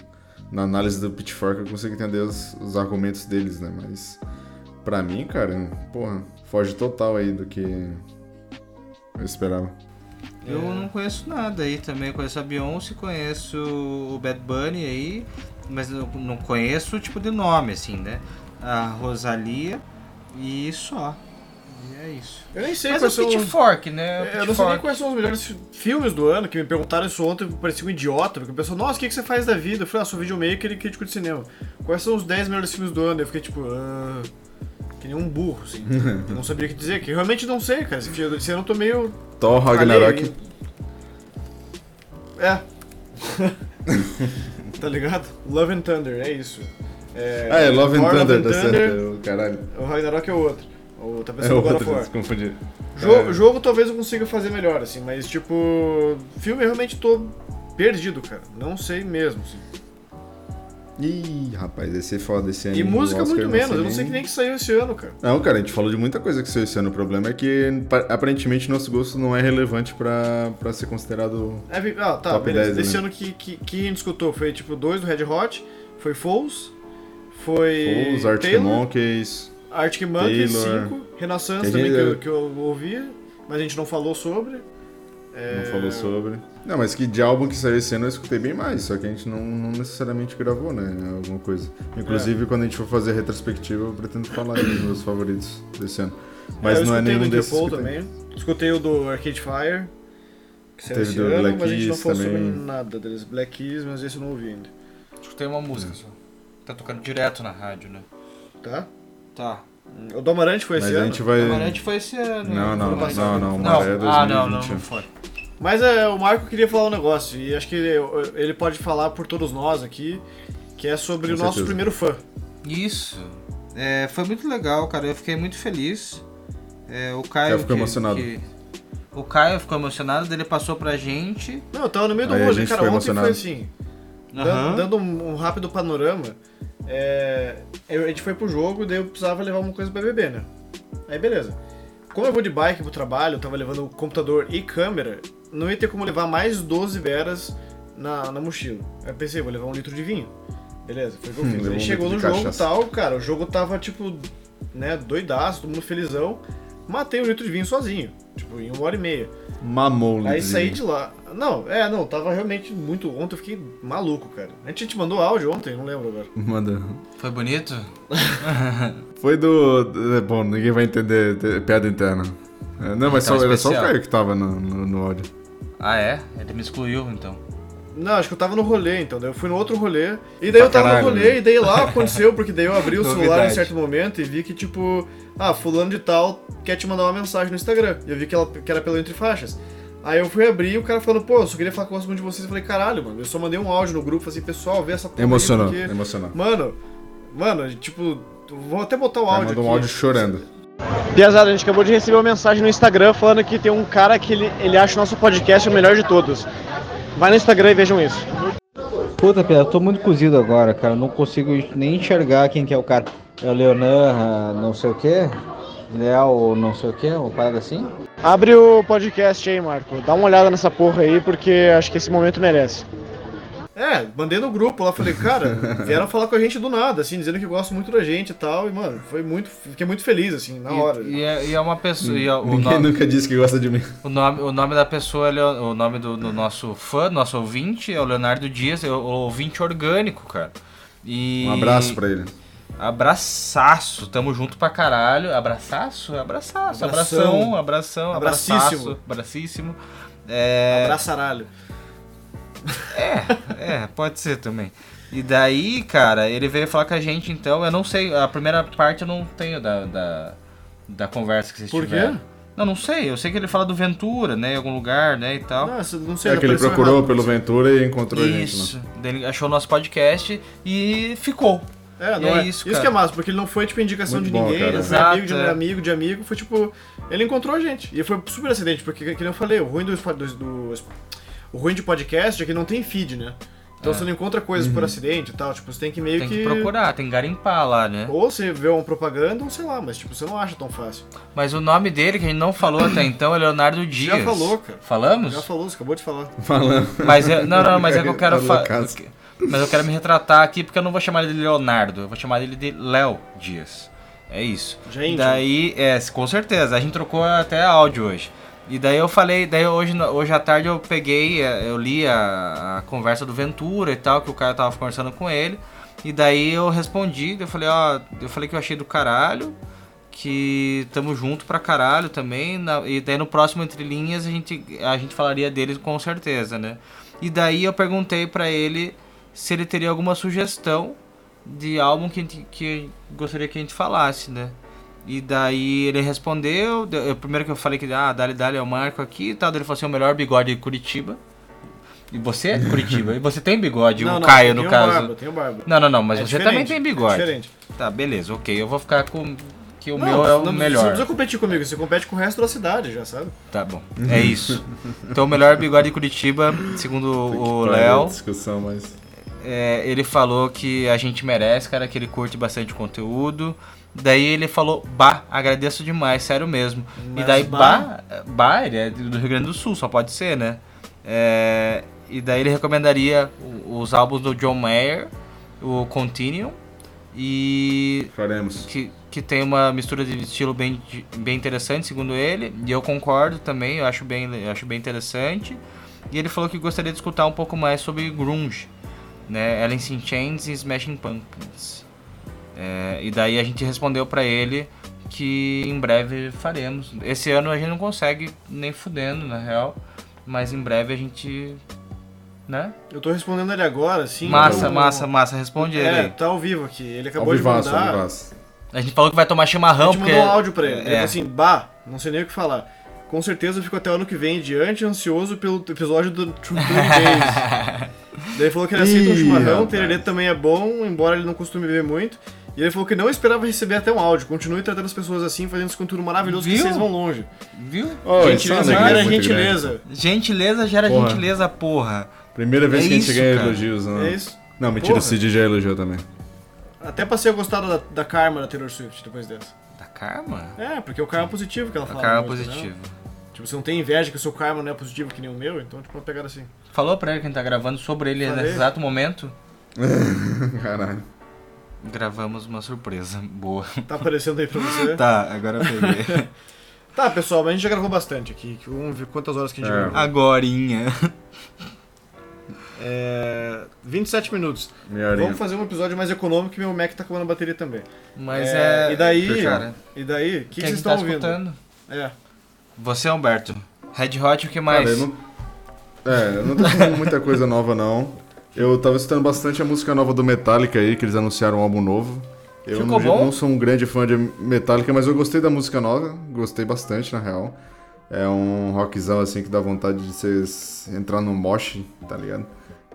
[SPEAKER 3] na análise do Pitchfork eu consiga entender os, os argumentos deles, né? Mas pra mim, cara, porra, foge total aí do que eu esperava.
[SPEAKER 2] Eu não conheço nada aí também. Eu conheço a Beyoncé, conheço o Bad Bunny aí, mas eu não conheço tipo de nome, assim, né? A Rosalia e só. E é isso.
[SPEAKER 1] Eu nem sei
[SPEAKER 2] Mas
[SPEAKER 1] quais
[SPEAKER 2] é
[SPEAKER 1] são.
[SPEAKER 2] o Pitchfork, né? O
[SPEAKER 1] É, Eu não sei nem
[SPEAKER 2] Pitchfork.
[SPEAKER 1] quais são os melhores filmes do ano, que me perguntaram isso ontem, eu parecia um idiota, porque o pessoal, nossa, o que, que você faz da vida? Eu falei, ah, sou videomaker e crítico de cinema. Quais são os 10 melhores filmes do ano? Eu fiquei tipo, ah, que nem um burro, assim. Eu não sabia o que dizer, que eu realmente não sei, cara. Esse filme desse ano eu tô meio.
[SPEAKER 3] Thor Ragnarok.
[SPEAKER 1] alheio. É. tá ligado? Love and Thunder, é isso.
[SPEAKER 3] Ah, é Love and
[SPEAKER 1] Thor,
[SPEAKER 3] Thunder, tá certo. Caralho.
[SPEAKER 1] O Ragnarok é o outro. Ou tá
[SPEAKER 3] É
[SPEAKER 1] pensando no God of
[SPEAKER 3] outro,
[SPEAKER 1] War.
[SPEAKER 3] se confundi.
[SPEAKER 1] Jogo,
[SPEAKER 3] É.
[SPEAKER 1] jogo talvez eu consiga fazer melhor, assim, mas tipo. Filme eu realmente tô perdido, cara. Não sei mesmo. assim.
[SPEAKER 3] Ih, rapaz, esse é foda esse ano.
[SPEAKER 1] E música
[SPEAKER 3] Oscar,
[SPEAKER 1] muito menos, eu não sei que nem que saiu esse ano, cara.
[SPEAKER 3] Não, cara, a gente falou de muita coisa que saiu esse ano. O problema é que pa- aparentemente nosso gosto não é relevante pra, pra ser considerado.
[SPEAKER 1] É, vi- ah, tá,
[SPEAKER 3] Top
[SPEAKER 1] beleza.
[SPEAKER 3] 10,
[SPEAKER 1] Desse
[SPEAKER 3] né?
[SPEAKER 1] ano que, que, que a gente escutou foi tipo dois do Red Hot, foi Fools, foi.
[SPEAKER 3] Os Arctic
[SPEAKER 1] Taylor,
[SPEAKER 3] Monkeys.
[SPEAKER 1] Arctic Monkey
[SPEAKER 3] Taylor.
[SPEAKER 1] 5, Renaissance
[SPEAKER 3] Que a
[SPEAKER 1] também
[SPEAKER 3] gente-
[SPEAKER 1] que eu, que eu ouvia, mas a gente não falou sobre.
[SPEAKER 3] Não
[SPEAKER 1] É,
[SPEAKER 3] falou sobre. Não, mas que de álbum que saiu esse ano eu escutei bem mais, só que a gente não, não necessariamente gravou, né? Alguma coisa. Inclusive, quando a gente for fazer a retrospectiva, eu pretendo falar aí dos meus favoritos desse ano. Mas
[SPEAKER 1] eu
[SPEAKER 3] não
[SPEAKER 1] escutei
[SPEAKER 3] é
[SPEAKER 1] o do
[SPEAKER 3] nenhum desses.
[SPEAKER 1] Interpol
[SPEAKER 3] que tem.
[SPEAKER 1] também. Escutei o do Arcade Fire. Que saiu
[SPEAKER 3] Teve
[SPEAKER 1] esse
[SPEAKER 3] do
[SPEAKER 1] ano,
[SPEAKER 3] Black
[SPEAKER 1] mas a gente não
[SPEAKER 3] Keys
[SPEAKER 1] falou
[SPEAKER 3] também.
[SPEAKER 1] sobre nada deles. Black Keys, mas esse eu não ouvi ainda.
[SPEAKER 2] Escutei Tipo, uma música só. Tá tocando direto na rádio, né?
[SPEAKER 1] Tá?
[SPEAKER 2] Tá.
[SPEAKER 1] O do Amarante foi esse
[SPEAKER 3] Mas a
[SPEAKER 1] ano.
[SPEAKER 3] gente
[SPEAKER 2] O
[SPEAKER 3] vai.
[SPEAKER 2] Amarante foi esse ano. né?
[SPEAKER 3] Não, não,
[SPEAKER 2] Foi mais-
[SPEAKER 3] não, não, Maré
[SPEAKER 2] Ah,
[SPEAKER 3] é
[SPEAKER 2] É. não, não,
[SPEAKER 3] 2021.
[SPEAKER 2] não foi.
[SPEAKER 1] Mas é, o Marco queria falar um negócio, e acho que eu- ele pode falar por todos nós aqui, que é sobre
[SPEAKER 3] Com
[SPEAKER 1] o nosso
[SPEAKER 3] certeza.
[SPEAKER 1] primeiro fã.
[SPEAKER 2] Isso. É, foi muito legal, cara. Eu fiquei muito feliz. É, o Caio.
[SPEAKER 3] Já ficou
[SPEAKER 2] que-
[SPEAKER 3] emocionado.
[SPEAKER 2] que- o Caio ficou emocionado, daí ele passou pra gente.
[SPEAKER 1] Não, eu tava no meio do
[SPEAKER 3] Aí a
[SPEAKER 1] mundo,
[SPEAKER 3] gente
[SPEAKER 1] cara.
[SPEAKER 3] foi
[SPEAKER 1] Ontem
[SPEAKER 3] emocionado.
[SPEAKER 1] foi assim. Dan-
[SPEAKER 2] Aham.
[SPEAKER 1] Dando um, um rápido panorama, é, eu- a gente foi pro jogo, daí eu precisava levar alguma coisa pra beber, né? Aí beleza. Como eu vou de bike pro trabalho, eu tava levando computador e câmera, não ia ter como levar mais 12 veras na, na mochila. Aí eu pensei, vou levar um litro de vinho. Beleza, foi o que eu
[SPEAKER 3] Hum,
[SPEAKER 1] fiz.
[SPEAKER 3] levou um
[SPEAKER 1] Aí chegou no
[SPEAKER 3] litro de
[SPEAKER 1] jogo e
[SPEAKER 3] cachaça.
[SPEAKER 1] tal, cara, o jogo tava tipo, né, doidaço, todo mundo felizão. Matei um litro de vinho sozinho, tipo, em uma hora e meia.
[SPEAKER 3] Mamou,
[SPEAKER 1] Aí
[SPEAKER 3] Luizinho.
[SPEAKER 1] saí de lá. Não, é, não, tava realmente muito. Ontem eu fiquei maluco, cara. A gente te mandou áudio ontem, não lembro agora.
[SPEAKER 3] Manda.
[SPEAKER 2] Foi bonito?
[SPEAKER 3] Foi do. do- é, Bom, ninguém vai entender te- piada interna. É, Não, mas
[SPEAKER 2] Então,
[SPEAKER 3] só, era só o
[SPEAKER 2] especial.
[SPEAKER 3] Caio que tava no, no, no áudio.
[SPEAKER 2] Ah, é? Ele me excluiu, então.
[SPEAKER 1] Não, acho que eu tava no rolê, então. Daí eu fui no outro rolê. E daí
[SPEAKER 3] Pra
[SPEAKER 1] eu tava
[SPEAKER 3] caralho,
[SPEAKER 1] no rolê,
[SPEAKER 3] né?
[SPEAKER 1] e daí lá aconteceu, porque daí eu abri o celular em
[SPEAKER 2] Novidade.
[SPEAKER 1] certo momento e vi que, tipo, ah, fulano de tal quer te mandar uma mensagem no Instagram. E eu vi que, ela, que era pelo Entre Faixas. Aí eu fui abrir e o cara falando, pô, eu só queria falar com um de vocês. Eu falei, caralho, mano, eu só mandei um áudio no grupo, falei assim, pessoal, vê essa porra aí,
[SPEAKER 3] Emocionou,
[SPEAKER 1] porque-
[SPEAKER 3] emocionou.
[SPEAKER 1] Mano, mano, tipo, vou até botar o
[SPEAKER 3] Aí
[SPEAKER 1] áudio
[SPEAKER 3] mandou um
[SPEAKER 1] aqui.
[SPEAKER 3] áudio chorando.
[SPEAKER 4] Piazada, a gente acabou de receber uma mensagem no Instagram falando que tem um cara que ele, ele acha o nosso podcast o melhor de todos. Vai no Instagram e vejam isso.
[SPEAKER 5] Puta, Pedro, eu tô muito cozido agora, cara. eu Não consigo nem enxergar quem que é o cara. É o Leonan, ah, não sei o quê? Léo, não sei o quê, uma parada assim?
[SPEAKER 4] Abre o podcast aí, Marco. Dá uma olhada nessa porra aí, porque acho que esse momento merece.
[SPEAKER 1] É, mandei no grupo lá, falei, cara, vieram falar com a gente do nada, assim, dizendo que gostam muito da gente e tal. E, mano, foi muito. Fiquei muito feliz, assim, na
[SPEAKER 2] E-
[SPEAKER 1] hora.
[SPEAKER 2] E, é, e é uma pessoa. e é- o,
[SPEAKER 3] Ninguém
[SPEAKER 2] nome,
[SPEAKER 3] nunca disse que gosta de mim.
[SPEAKER 2] o, nome, o nome da pessoa, é Leo- o nome do, do nosso fã, nosso ouvinte, é o Leonardo Dias, é o ouvinte orgânico, cara. E...
[SPEAKER 3] Um abraço pra ele.
[SPEAKER 2] Abraçaço, tamo junto pra caralho. Abraçaço? Abraçaço, abração,
[SPEAKER 1] Abração.
[SPEAKER 2] abração,
[SPEAKER 1] Abracíssimo.
[SPEAKER 2] abraçaço, abracíssimo. É,
[SPEAKER 1] Abraçaralho.
[SPEAKER 2] é, pode ser também. E daí, cara, ele veio falar com a gente, então, eu não sei, a primeira parte eu não tenho da, da, da conversa que vocês
[SPEAKER 1] Por quê?
[SPEAKER 2] tiveram. Não, não sei, eu sei que ele fala do Ventura, né, em algum lugar, né, e tal.
[SPEAKER 1] Nossa, não sei
[SPEAKER 3] É que ele
[SPEAKER 1] apareceu
[SPEAKER 3] procurou
[SPEAKER 1] errado.
[SPEAKER 3] pelo Ventura e encontrou a gente. né?
[SPEAKER 2] Isso, daí ele achou o nosso podcast e ficou.
[SPEAKER 1] É,
[SPEAKER 2] E
[SPEAKER 1] não é,
[SPEAKER 2] é isso,
[SPEAKER 1] Isso,
[SPEAKER 2] cara.
[SPEAKER 1] que é massa, porque ele não foi tipo indicação
[SPEAKER 3] Muito
[SPEAKER 1] de
[SPEAKER 3] bom,
[SPEAKER 1] ninguém,
[SPEAKER 3] cara.
[SPEAKER 1] ele foi
[SPEAKER 2] Exato,
[SPEAKER 1] amigo de um
[SPEAKER 2] é.
[SPEAKER 1] amigo, de amigo, foi tipo. Ele encontrou a gente. E foi super acidente, porque, que nem eu falei, o ruim do. do, do- o ruim de podcast é que não tem feed, né? Então você não encontra coisas
[SPEAKER 3] Uhum.
[SPEAKER 1] por acidente e tal, tipo, você tem que meio
[SPEAKER 2] É. Tem que procurar, tem que garimpar lá, né.
[SPEAKER 1] Ou você vê uma propaganda, ou sei lá, mas tipo, você não acha tão fácil.
[SPEAKER 2] Mas o nome dele, que a gente não falou até então, é Leonardo Dias.
[SPEAKER 1] falou, cara.
[SPEAKER 2] Falamos?
[SPEAKER 1] Já falou, você acabou de falar.
[SPEAKER 3] né? Falando.
[SPEAKER 2] Mas eu, não, não, mas é que eu quero
[SPEAKER 3] Tá
[SPEAKER 2] fa-
[SPEAKER 3] loucaço.
[SPEAKER 2] Mas eu quero me retratar aqui porque eu não vou chamar ele de Leonardo, eu vou chamar ele de Léo Dias. É isso.
[SPEAKER 1] Já é íntimo.
[SPEAKER 2] daí, é, com certeza, a gente trocou até áudio hoje. E daí eu falei, daí hoje, no- hoje à tarde eu peguei, é, eu li a, a conversa do Ventura e tal, que o cara tava conversando com ele. E daí eu respondi, daí eu falei, ó, eu falei que eu achei do caralho, que tamo junto pra caralho também. na- e daí no próximo Entre Linhas a gente, a gente falaria deles com certeza, né? E daí eu perguntei pra ele se ele teria alguma sugestão de álbum que, a gente- que gostaria que a gente falasse, né? E daí ele respondeu, de- eu- primeiro que eu falei que, ah, Dali Dali é o Marco aqui e tal, daí ele falou assim, o melhor bigode de Curitiba. E você é de Curitiba, e você tem bigode, o um Caio no
[SPEAKER 1] tenho
[SPEAKER 2] caso.
[SPEAKER 1] Barba, tenho barba.
[SPEAKER 2] Não, não, não, mas
[SPEAKER 1] É
[SPEAKER 2] você
[SPEAKER 1] diferente,
[SPEAKER 2] também tem bigode.
[SPEAKER 1] É diferente.
[SPEAKER 2] Tá, beleza, ok. Eu vou ficar com. Que o
[SPEAKER 1] Não,
[SPEAKER 2] meu é o
[SPEAKER 1] não, Você não
[SPEAKER 2] melhor.
[SPEAKER 1] precisa competir comigo, você compete com o resto da cidade já, sabe?
[SPEAKER 2] Tá bom. É isso. Então o melhor bigode de Curitiba, segundo o
[SPEAKER 3] Que pariu,
[SPEAKER 2] Léo,
[SPEAKER 3] Discussão, mas.
[SPEAKER 2] é, ele falou que a gente merece, cara, que ele curte bastante conteúdo. Daí ele falou, bah, agradeço demais, sério mesmo. e
[SPEAKER 1] Mas
[SPEAKER 2] daí, bah,
[SPEAKER 1] bah-
[SPEAKER 2] bah, ele é do Rio Grande do Sul, só pode ser, né? É, e daí ele recomendaria o- os álbuns do John Mayer, o Continuum e
[SPEAKER 3] Faremos.
[SPEAKER 2] que, que tem uma mistura de estilo bem, de- bem interessante, segundo ele, e eu concordo também, eu acho bem, eu acho bem interessante. E ele falou que gostaria de escutar um pouco mais sobre grunge, né? Alice in Chains e Smashing Pumpkins. É, e daí a gente respondeu pra ele que em breve faremos. Esse ano a gente não consegue nem fudendo, na real, mas em breve a gente, né?
[SPEAKER 1] Eu tô respondendo ele agora, assim.
[SPEAKER 2] massa,
[SPEAKER 1] então-
[SPEAKER 2] massa, massa, responde ele.
[SPEAKER 1] É,
[SPEAKER 2] aí.
[SPEAKER 1] tá ao vivo aqui. Ele acabou
[SPEAKER 3] Alvivaço,
[SPEAKER 1] de mandar.
[SPEAKER 3] alvivaço.
[SPEAKER 2] A gente falou que vai tomar
[SPEAKER 1] A
[SPEAKER 2] chimarrão,
[SPEAKER 1] gente
[SPEAKER 2] porque
[SPEAKER 1] mandou um áudio pra ele. Ele
[SPEAKER 2] É.
[SPEAKER 1] falou assim, bah, não sei nem o que falar. Com certeza eu fico até o ano que vem em diante ansioso pelo episódio do True Blue Days. Daí falou que ele aceita um
[SPEAKER 3] Ih,
[SPEAKER 1] chimarrão, o
[SPEAKER 3] rapaz.
[SPEAKER 1] tererê também é bom, embora ele não costume beber muito. E ele falou que não esperava receber até um áudio. Continue tratando as pessoas assim, fazendo esse conteúdo maravilhoso que
[SPEAKER 2] Viu?
[SPEAKER 1] vocês vão longe.
[SPEAKER 2] Viu?
[SPEAKER 3] Ô,
[SPEAKER 1] gentileza
[SPEAKER 3] essa é uma
[SPEAKER 1] gera
[SPEAKER 3] alegria muito
[SPEAKER 1] gentileza.
[SPEAKER 2] Gentileza gera
[SPEAKER 3] Porra.
[SPEAKER 2] gentileza, porra.
[SPEAKER 3] Primeira vez
[SPEAKER 2] É
[SPEAKER 3] que a gente
[SPEAKER 2] isso,
[SPEAKER 3] ganha
[SPEAKER 2] cara.
[SPEAKER 3] elogios, né?
[SPEAKER 1] É isso.
[SPEAKER 3] Não, mentira,
[SPEAKER 1] Porra.
[SPEAKER 3] o Cid já elogiou também.
[SPEAKER 1] Até passei a gostar da, da Karma da Taylor Swift depois dessa.
[SPEAKER 2] Da Tá karma?
[SPEAKER 1] É, porque é o karma positivo que ela
[SPEAKER 2] Da
[SPEAKER 1] fala.
[SPEAKER 2] karma
[SPEAKER 1] na música, né?
[SPEAKER 2] positiva.
[SPEAKER 1] Tipo, você não tem inveja que o seu karma não é positivo que nem o meu, então, tipo, uma pegada assim.
[SPEAKER 2] Falou pra ele que a gente tá gravando sobre ele
[SPEAKER 1] Falei.
[SPEAKER 2] nesse exato momento?
[SPEAKER 3] Caralho.
[SPEAKER 2] Gravamos uma surpresa boa.
[SPEAKER 1] Tá aparecendo aí pra você. tá.
[SPEAKER 2] Tá, agora eu peguei.
[SPEAKER 1] pessoal, mas a gente já gravou bastante aqui. que Vamos ver quantas horas que a gente
[SPEAKER 3] É.
[SPEAKER 1] gravou.
[SPEAKER 2] Agorinha.
[SPEAKER 1] É, 27 minutos.
[SPEAKER 3] Meia horinha.
[SPEAKER 1] Vamos fazer um episódio mais econômico que meu Mac tá acabando a bateria também.
[SPEAKER 2] Mas é.
[SPEAKER 1] E daí,
[SPEAKER 2] Cara,
[SPEAKER 1] e daí, o que, que
[SPEAKER 2] que, a
[SPEAKER 1] vocês
[SPEAKER 2] gente tá
[SPEAKER 1] estão ouvindo?
[SPEAKER 2] escutando?
[SPEAKER 1] É.
[SPEAKER 2] Você, Humberto. Red Hot, o que mais?
[SPEAKER 3] Cara, eu não... É, eu não tô escutando muita coisa nova, não. Eu tava escutando bastante a música nova do Metallica aí, que eles anunciaram um álbum novo. Eu
[SPEAKER 2] Ficou
[SPEAKER 3] não,
[SPEAKER 2] bom?
[SPEAKER 3] não sou um grande fã de Metallica, mas eu gostei da música nova, gostei bastante, na real. É um rockzão, assim, que dá vontade de vocês entrar no mosh, tá ligado?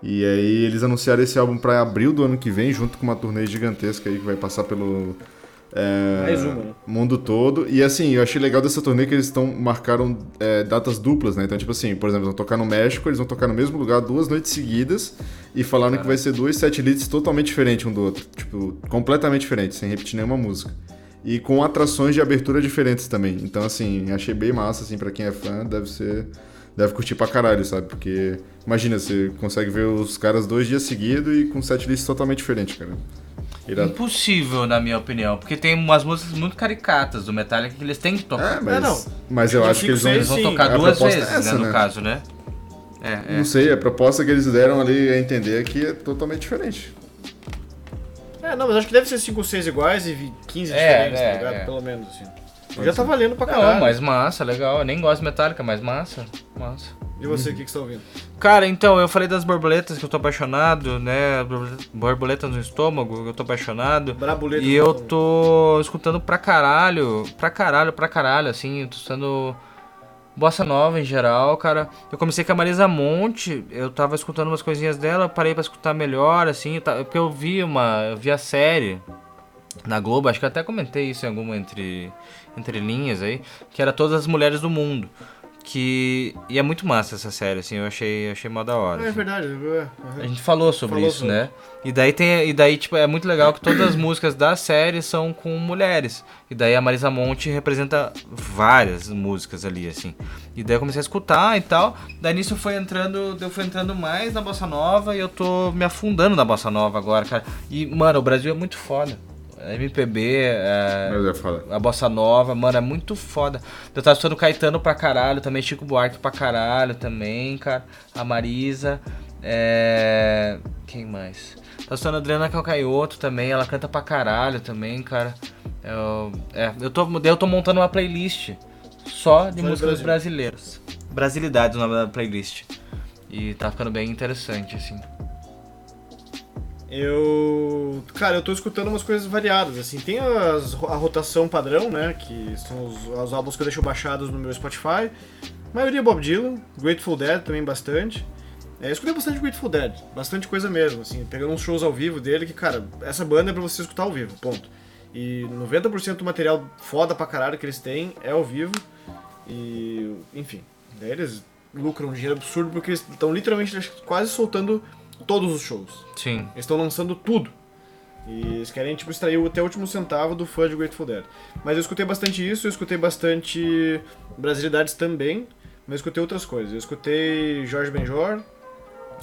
[SPEAKER 3] E aí eles anunciaram esse álbum pra abril do ano que vem, junto com uma turnê gigantesca aí que vai passar pelo... é,
[SPEAKER 1] Mais uma, né?
[SPEAKER 3] Mundo todo. E assim, eu achei legal dessa turnê que eles estão marcaram é, datas duplas, né? Então, tipo assim, por exemplo, eles vão tocar no México, eles vão tocar no mesmo lugar duas noites seguidas e falaram que vai ser dois set lists totalmente diferentes um do outro. Tipo, completamente diferentes, sem repetir nenhuma música. E com atrações de abertura diferentes também. Então, assim, achei bem massa, assim, pra quem é fã, deve ser. Deve curtir pra caralho, sabe? Porque. Imagina, você consegue ver os caras dois dias seguidos e com set lists totalmente diferentes, cara. Irado.
[SPEAKER 2] Impossível, na minha opinião, porque tem umas músicas muito caricatas do Metallica que eles têm que tocar.
[SPEAKER 3] É, mas.
[SPEAKER 1] É, não.
[SPEAKER 3] Mas eu
[SPEAKER 1] De
[SPEAKER 3] acho
[SPEAKER 1] cinco,
[SPEAKER 3] que eles vão.
[SPEAKER 2] Eles vão
[SPEAKER 1] sim,
[SPEAKER 2] tocar
[SPEAKER 3] a
[SPEAKER 2] duas
[SPEAKER 3] proposta é
[SPEAKER 2] vezes,
[SPEAKER 3] essa,
[SPEAKER 2] né, no
[SPEAKER 3] né?
[SPEAKER 2] caso, né? É, é.
[SPEAKER 3] Não sei, a proposta que eles deram ali a entender que é totalmente diferente.
[SPEAKER 1] É, não, mas acho que deve ser 5 ou 6 iguais e vi- 15
[SPEAKER 2] É,
[SPEAKER 1] diferentes,
[SPEAKER 2] é,
[SPEAKER 1] tá ligado?
[SPEAKER 2] é.
[SPEAKER 1] Pelo menos, assim. já tá valendo pra caralho.
[SPEAKER 2] Não, mas massa, legal. Eu nem gosto de Metallica, mas massa, massa.
[SPEAKER 1] E você, o que, que você tá ouvindo?
[SPEAKER 2] Cara, então, eu falei das borboletas que eu tô apaixonado, né? Borboletas no estômago, eu tô apaixonado.
[SPEAKER 1] Braboleta.
[SPEAKER 2] E eu tô escutando pra caralho, pra caralho, pra caralho, assim, eu tô escutando bossa nova em geral, cara. Eu comecei com a Marisa Monte, eu tava escutando umas coisinhas dela, parei pra escutar melhor, assim, tá- porque eu vi uma, eu vi a série na Globo, acho que eu até comentei isso em alguma entre, entre linhas aí, que era Todas as Mulheres do Mundo. Que. E é muito massa essa série, assim, eu achei, achei mó da hora.
[SPEAKER 1] Ah, é
[SPEAKER 2] assim.
[SPEAKER 1] verdade. viu? É, aham.
[SPEAKER 2] A gente falou sobre
[SPEAKER 1] Falou
[SPEAKER 2] isso,
[SPEAKER 1] sobre.
[SPEAKER 2] né? E daí tem, e daí tipo é muito legal que todas as músicas da série são com mulheres. E daí a Marisa Monte representa várias músicas ali assim. E daí eu comecei a escutar e tal. Daí nisso eu fui entrando, eu fui entrando mais na bossa nova e eu tô me afundando na bossa nova agora, cara. E mano, o Brasil é muito foda. MPB, é,
[SPEAKER 3] Mas eu ia falar.
[SPEAKER 2] a bossa nova, mano, é muito foda. Eu tava escutando Caetano pra caralho também, Chico Buarque pra caralho também, cara. A Marisa, é... Quem mais? Tá escutando a Adriana Calcanhoto também, ela canta pra caralho também, cara. Eu, é, eu tô, eu tô montando uma playlist
[SPEAKER 1] Só
[SPEAKER 2] só de
[SPEAKER 1] de
[SPEAKER 2] músicas
[SPEAKER 1] Brasil.
[SPEAKER 2] brasileiras. Brasilidades o nome da playlist. E tá ficando bem interessante, assim.
[SPEAKER 1] Eu. Cara, eu tô escutando umas coisas variadas, assim. Tem as- a rotação padrão, né? Que são os, os álbuns que eu deixo baixados no meu Spotify. A maioria é Bob Dylan, Grateful Dead também bastante. É, eu escutei bastante Grateful Dead, bastante coisa mesmo, assim. Pegando uns shows ao vivo dele que, cara, essa banda é pra você escutar ao vivo, ponto. E 90% do material foda pra caralho que eles têm é ao vivo. E, enfim, daí eles lucram um dinheiro absurdo porque eles estão literalmente quase soltando todos os shows.
[SPEAKER 2] Sim.
[SPEAKER 1] Eles estão lançando tudo. E eles querem, tipo, extrair o- até o último centavo do fã de Grateful Dead. Mas eu escutei bastante isso, eu escutei bastante Brasilidades também, mas eu escutei outras coisas. Eu escutei Jorge Benjor,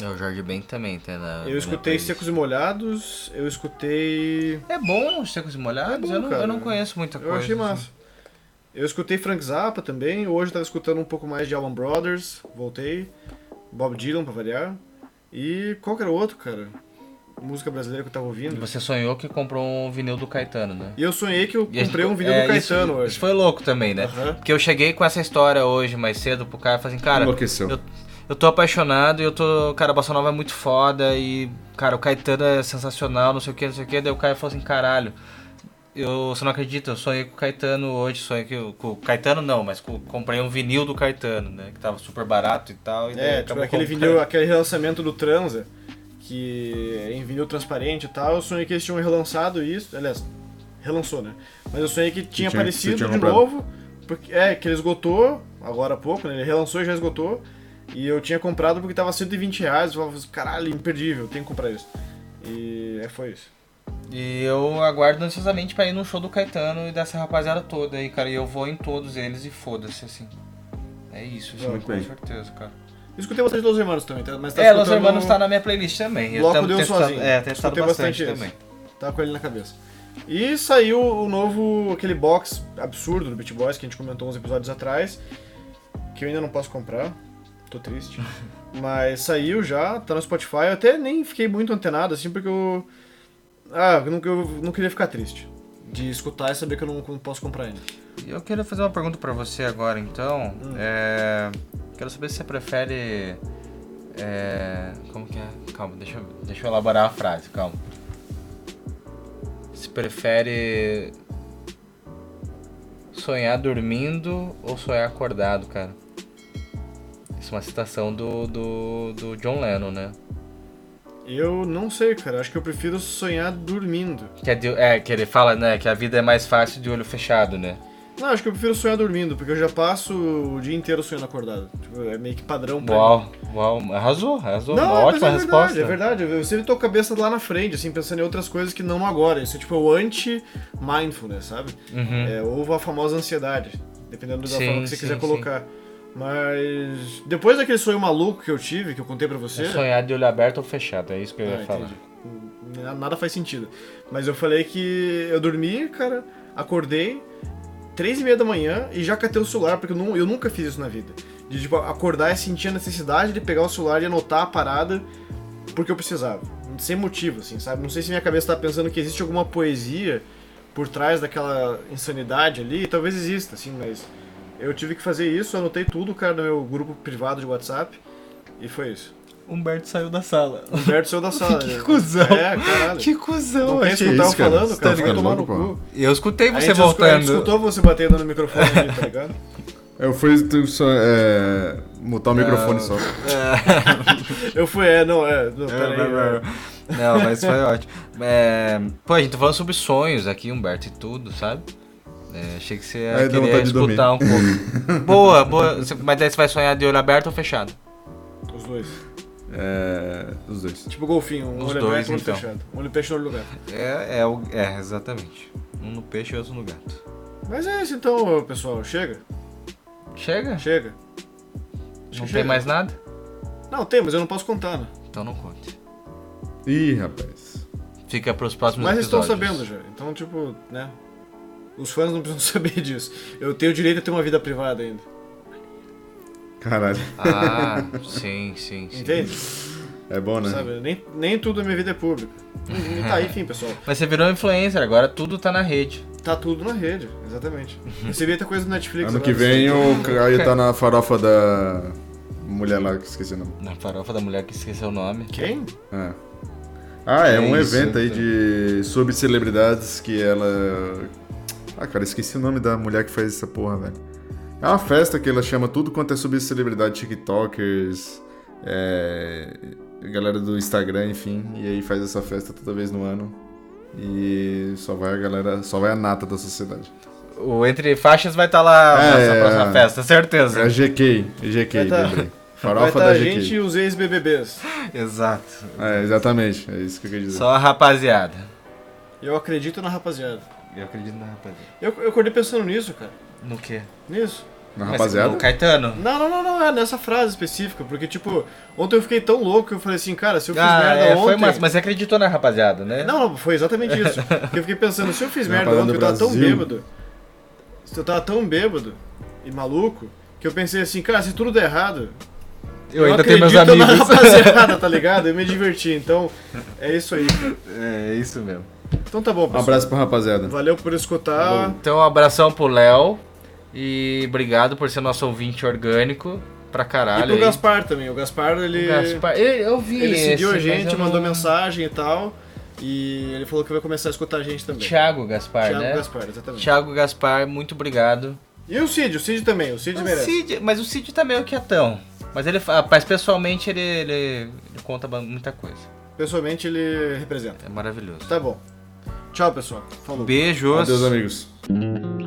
[SPEAKER 2] É, O Jorge Ben também tá na. na
[SPEAKER 1] eu
[SPEAKER 2] minha
[SPEAKER 1] escutei
[SPEAKER 2] playlist.
[SPEAKER 1] Secos e Molhados, eu escutei...
[SPEAKER 2] É bom os secos e molhados,
[SPEAKER 1] É bom,
[SPEAKER 2] eu, não, eu
[SPEAKER 1] cara.
[SPEAKER 2] não conheço muita
[SPEAKER 1] Eu
[SPEAKER 2] coisa.
[SPEAKER 1] achei
[SPEAKER 2] assim.
[SPEAKER 1] massa. Eu escutei Frank Zappa também, hoje eu tava escutando um pouco mais de Alman Brothers, voltei, Bob Dylan pra variar, e qualquer outro, cara, música brasileira que eu tava ouvindo.
[SPEAKER 2] Você sonhou que comprou um vinil do Caetano, né?
[SPEAKER 1] E eu sonhei que eu
[SPEAKER 2] E a gente-
[SPEAKER 1] comprei um vinil
[SPEAKER 2] é,
[SPEAKER 1] do Caetano
[SPEAKER 2] isso,
[SPEAKER 1] hoje.
[SPEAKER 2] Isso foi louco também, né?
[SPEAKER 1] Aham.
[SPEAKER 2] Porque eu cheguei com essa história hoje mais cedo pro cara e falei assim, cara,
[SPEAKER 3] Enlouqueceu.
[SPEAKER 2] eu, eu tô apaixonado e eu tô. Cara, a Bossa Nova é muito foda e, cara, o Caetano é sensacional, não sei o que, não sei o que. Daí o cara falou assim, caralho. Eu, você não acredita, eu sonhei com o Caetano hoje, sonhei que eu- com o Caetano não, mas com- comprei um vinil do Caetano, né? Que tava super barato e tal. E daí
[SPEAKER 1] É, tipo,
[SPEAKER 2] acabou
[SPEAKER 1] aquele
[SPEAKER 2] comprando.
[SPEAKER 1] vinil, aquele relançamento do Transa, que que é em vinil transparente e tal. Eu sonhei que eles tinham relançado isso. Aliás, relançou, né? Mas eu sonhei que tinha
[SPEAKER 3] tinha-
[SPEAKER 1] aparecido
[SPEAKER 3] você tinha
[SPEAKER 1] de
[SPEAKER 3] comprado.
[SPEAKER 1] novo. Porque, é, que ele esgotou agora há pouco, né? Ele relançou e já esgotou. E eu tinha comprado porque tava 120 reais. Eu falava, assim, caralho, imperdível, tem que comprar isso. E é, foi isso.
[SPEAKER 2] E eu aguardo ansiosamente pra ir no show do Caetano e dessa rapaziada toda aí, cara. E eu vou em todos eles e foda-se, assim. É isso, isso
[SPEAKER 3] Muito
[SPEAKER 2] com
[SPEAKER 3] bem.
[SPEAKER 2] certeza, cara.
[SPEAKER 1] Eu Escutei bastante Los Hermanos também, tá? mas tá
[SPEAKER 2] é, Los
[SPEAKER 1] escutando-
[SPEAKER 2] Hermanos tá na minha playlist também. Eu
[SPEAKER 1] Bloco
[SPEAKER 2] tam-
[SPEAKER 1] Deus
[SPEAKER 2] tenho escutado-
[SPEAKER 1] Sozinho.
[SPEAKER 2] É, tenho estado
[SPEAKER 1] Escutei
[SPEAKER 2] bastante,
[SPEAKER 1] bastante
[SPEAKER 2] também.
[SPEAKER 1] Tá com ele na cabeça. E saiu o novo, aquele box absurdo do Beat Boys que a gente comentou uns episódios atrás, que eu ainda não posso comprar, tô triste. Mas saiu já, tá no Spotify, eu até nem fiquei muito antenado, assim, porque eu... Ah, eu não, eu não queria ficar triste de escutar e saber que eu não, não posso comprar ainda.
[SPEAKER 2] Eu queria fazer uma pergunta pra você agora, então.
[SPEAKER 1] Hum.
[SPEAKER 2] É, Quero saber se você prefere. é, Como que é? Calma, deixa, eu- deixa eu elaborar a frase, calma. Se prefere. Sonhar dormindo ou sonhar acordado, cara? Isso é uma citação do, do, do John Lennon, né?
[SPEAKER 1] Eu não sei, cara, acho que eu prefiro sonhar dormindo.
[SPEAKER 2] Que é, de- é, que ele fala, né, que a vida é mais fácil de olho fechado, né?
[SPEAKER 1] Não, acho que eu prefiro sonhar dormindo, porque eu já passo o dia inteiro sonhando acordado. Tipo, é meio que padrão pra mim.
[SPEAKER 2] Uau, uau, arrasou, arrasou.
[SPEAKER 1] Não,
[SPEAKER 2] uma
[SPEAKER 1] mas
[SPEAKER 2] ótima
[SPEAKER 1] é verdade,
[SPEAKER 2] resposta.
[SPEAKER 1] É verdade, eu sempre tô com a cabeça lá na frente, assim, pensando em outras coisas que não agora. Isso é tipo o anti-mindfulness, sabe?
[SPEAKER 2] Uhum.
[SPEAKER 1] É, ou a famosa ansiedade, dependendo da
[SPEAKER 2] Sim,
[SPEAKER 1] forma que você
[SPEAKER 2] sim,
[SPEAKER 1] quiser
[SPEAKER 2] sim.
[SPEAKER 1] colocar. Mas depois daquele sonho maluco que eu tive, que eu contei pra você.
[SPEAKER 2] É sonhar de olho aberto ou fechado, é isso que eu
[SPEAKER 1] Ah,
[SPEAKER 2] ia falar.
[SPEAKER 1] entendi. Na- Nada faz sentido. Mas eu falei que eu dormi, cara, acordei, três e meia da manhã e já catei o celular, porque eu, nu- eu nunca fiz isso na vida. De tipo, acordar e sentir a necessidade de pegar o celular e anotar a parada porque eu precisava. Sem motivo, assim, sabe? Não sei se minha cabeça tá pensando que existe alguma poesia por trás daquela insanidade ali, talvez exista, assim, mas eu tive que fazer isso, anotei tudo, cara, no meu grupo privado de WhatsApp e foi isso.
[SPEAKER 2] Humberto saiu da sala.
[SPEAKER 1] Humberto saiu da sala.
[SPEAKER 2] Que cusão.
[SPEAKER 1] É, caralho.
[SPEAKER 2] cuzão, é tipo,
[SPEAKER 1] não quer
[SPEAKER 3] é
[SPEAKER 1] escutar eu
[SPEAKER 3] que isso, cara?
[SPEAKER 1] falando,
[SPEAKER 3] Você
[SPEAKER 1] cara.
[SPEAKER 3] tá
[SPEAKER 1] Vai
[SPEAKER 3] ficando
[SPEAKER 1] tomar no
[SPEAKER 3] louco, pô.
[SPEAKER 1] cu.
[SPEAKER 2] Eu escutei
[SPEAKER 1] A
[SPEAKER 2] você
[SPEAKER 1] gente escu- A gente
[SPEAKER 2] voltando.
[SPEAKER 1] escutou você batendo no microfone ali, tá ligado?
[SPEAKER 3] Eu fui tu só, é, mutar o microfone só.
[SPEAKER 2] É,
[SPEAKER 1] Eu fui, é, não, é. Não, peraí. é.
[SPEAKER 2] Não, mas foi ótimo. É, Pô, a gente tá falando sobre sonhos aqui, Humberto, e tudo, sabe? É, achei que você
[SPEAKER 3] Aí
[SPEAKER 2] ia
[SPEAKER 3] deu
[SPEAKER 2] querer
[SPEAKER 3] vontade de dormir.
[SPEAKER 2] escutar um pouco. boa, boa. Você- Mas daí você vai sonhar de olho aberto ou fechado?
[SPEAKER 1] Os dois.
[SPEAKER 3] É, os dois.
[SPEAKER 1] Tipo golfinho, um
[SPEAKER 2] Os
[SPEAKER 1] olho
[SPEAKER 2] dois,
[SPEAKER 1] aberto e um olho
[SPEAKER 2] então.
[SPEAKER 1] fechado. Um olho peixe no olho do gato.
[SPEAKER 2] É, é, o- é, exatamente. Um no peixe e outro no gato.
[SPEAKER 1] Mas é isso então, pessoal. Chega,
[SPEAKER 2] Chega?
[SPEAKER 1] chega.
[SPEAKER 2] Não tem
[SPEAKER 1] chega.
[SPEAKER 2] mais nada?
[SPEAKER 1] Não, tem, mas eu não posso contar, né?
[SPEAKER 2] Então não conte.
[SPEAKER 3] Ih, rapaz.
[SPEAKER 2] Fica pros próximos
[SPEAKER 1] Mas eles estão
[SPEAKER 2] episódios.
[SPEAKER 1] sabendo já. Então, tipo, né? Os fãs não precisam saber disso. Eu tenho o direito a ter uma vida privada ainda.
[SPEAKER 3] Caralho.
[SPEAKER 2] Ah, sim, sim, sim.
[SPEAKER 1] Entende?
[SPEAKER 3] É bom, né?
[SPEAKER 1] Sabe? Nem, nem tudo na minha vida é pública. E tá, enfim, pessoal.
[SPEAKER 2] Mas você virou influencer, agora tudo tá na rede.
[SPEAKER 1] Tá tudo na rede, exatamente. Recebi até coisa do Netflix.
[SPEAKER 3] Uhum. Ano
[SPEAKER 1] agora,
[SPEAKER 3] que vem
[SPEAKER 1] assim.
[SPEAKER 3] o Caio tá na farofa da mulher lá que esqueci o nome.
[SPEAKER 2] Na farofa da mulher que esqueceu o nome.
[SPEAKER 1] Quem?
[SPEAKER 3] É. Ah, é,
[SPEAKER 2] É
[SPEAKER 3] um
[SPEAKER 2] isso,
[SPEAKER 3] evento aí
[SPEAKER 2] então.
[SPEAKER 3] de sobre celebridades que ela. Ah, cara, esqueci o nome da mulher que faz essa porra, velho. É uma festa que ela chama tudo quanto é sobre celebridade, TikTokers, é... galera do Instagram, enfim. E aí faz essa festa toda vez no ano. E só vai a galera, só vai a nata da sociedade.
[SPEAKER 2] O Entre Faixas vai estar lá
[SPEAKER 3] É,
[SPEAKER 2] nessa
[SPEAKER 3] é,
[SPEAKER 2] próxima
[SPEAKER 3] é.
[SPEAKER 2] festa,
[SPEAKER 3] É a
[SPEAKER 2] certeza.
[SPEAKER 3] GK, GK,
[SPEAKER 1] Vai tá-
[SPEAKER 3] lembrei.
[SPEAKER 1] Vai
[SPEAKER 3] Farofa
[SPEAKER 1] tá
[SPEAKER 3] da
[SPEAKER 1] a
[SPEAKER 3] GK.
[SPEAKER 1] gente e os ex-BBBs.
[SPEAKER 2] Exato.
[SPEAKER 3] É, exatamente, é isso que eu queria dizer.
[SPEAKER 2] Só a rapaziada.
[SPEAKER 1] Eu acredito na rapaziada.
[SPEAKER 2] Eu acredito na rapaziada.
[SPEAKER 1] Eu, eu acordei pensando nisso, cara.
[SPEAKER 2] No quê?
[SPEAKER 1] Nisso.
[SPEAKER 3] Na
[SPEAKER 2] Mas,
[SPEAKER 3] rapaziada.
[SPEAKER 2] no Caetano.
[SPEAKER 1] Não, não, não, não, é nessa frase específica, porque, tipo, ontem eu fiquei tão louco que eu falei assim, cara, se eu fiz
[SPEAKER 2] Ah,
[SPEAKER 1] merda
[SPEAKER 2] é,
[SPEAKER 1] ontem.
[SPEAKER 2] foi massa. Mas você acreditou na rapaziada, né?
[SPEAKER 1] Não, não, foi exatamente isso. Porque eu fiquei pensando, se eu fiz
[SPEAKER 3] Não,
[SPEAKER 1] merda
[SPEAKER 3] parada
[SPEAKER 1] ontem,
[SPEAKER 3] do
[SPEAKER 1] eu tava tão
[SPEAKER 3] Brasil.
[SPEAKER 1] bêbado. Se eu tava tão bêbado e maluco, que eu pensei assim, cara, se tudo der errado,
[SPEAKER 2] Eu, ainda tenho meus
[SPEAKER 1] acredito
[SPEAKER 2] amigos.
[SPEAKER 1] Na rapaziada, tá ligado? Eu me diverti, então é isso aí.
[SPEAKER 2] É isso mesmo.
[SPEAKER 1] Então tá bom,
[SPEAKER 3] Um
[SPEAKER 1] pessoal.
[SPEAKER 3] abraço pra rapaziada.
[SPEAKER 1] Valeu por escutar.
[SPEAKER 2] Então, um abração pro Léo. E obrigado por ser nosso ouvinte orgânico. Pra
[SPEAKER 1] E
[SPEAKER 2] caralho.
[SPEAKER 1] pro
[SPEAKER 2] aí.
[SPEAKER 1] Gaspar também. O Gaspar, ele,
[SPEAKER 2] O Gaspar. Ele, eu vi
[SPEAKER 1] ele seguiu
[SPEAKER 2] esse,
[SPEAKER 1] a
[SPEAKER 2] mas
[SPEAKER 1] gente,
[SPEAKER 2] eu não-
[SPEAKER 1] mandou mensagem e tal. E ele falou que vai começar a escutar a gente também.
[SPEAKER 2] Thiago Gaspar,
[SPEAKER 1] Thiago
[SPEAKER 2] né?
[SPEAKER 1] Gaspar, exatamente.
[SPEAKER 2] Thiago Gaspar, muito obrigado.
[SPEAKER 1] E o Cid, o Cid também. O Cid
[SPEAKER 2] O
[SPEAKER 1] merece.
[SPEAKER 2] Cid- mas o ah, Cid tá meio quietão. Mas ele, fa- mas pessoalmente ele, ele- ele conta ba- muita coisa.
[SPEAKER 1] pessoalmente ele representa.
[SPEAKER 2] É maravilhoso.
[SPEAKER 1] Tá bom. Tchau, pessoal. Falou.
[SPEAKER 2] Beijos.
[SPEAKER 3] Adeus, amigos.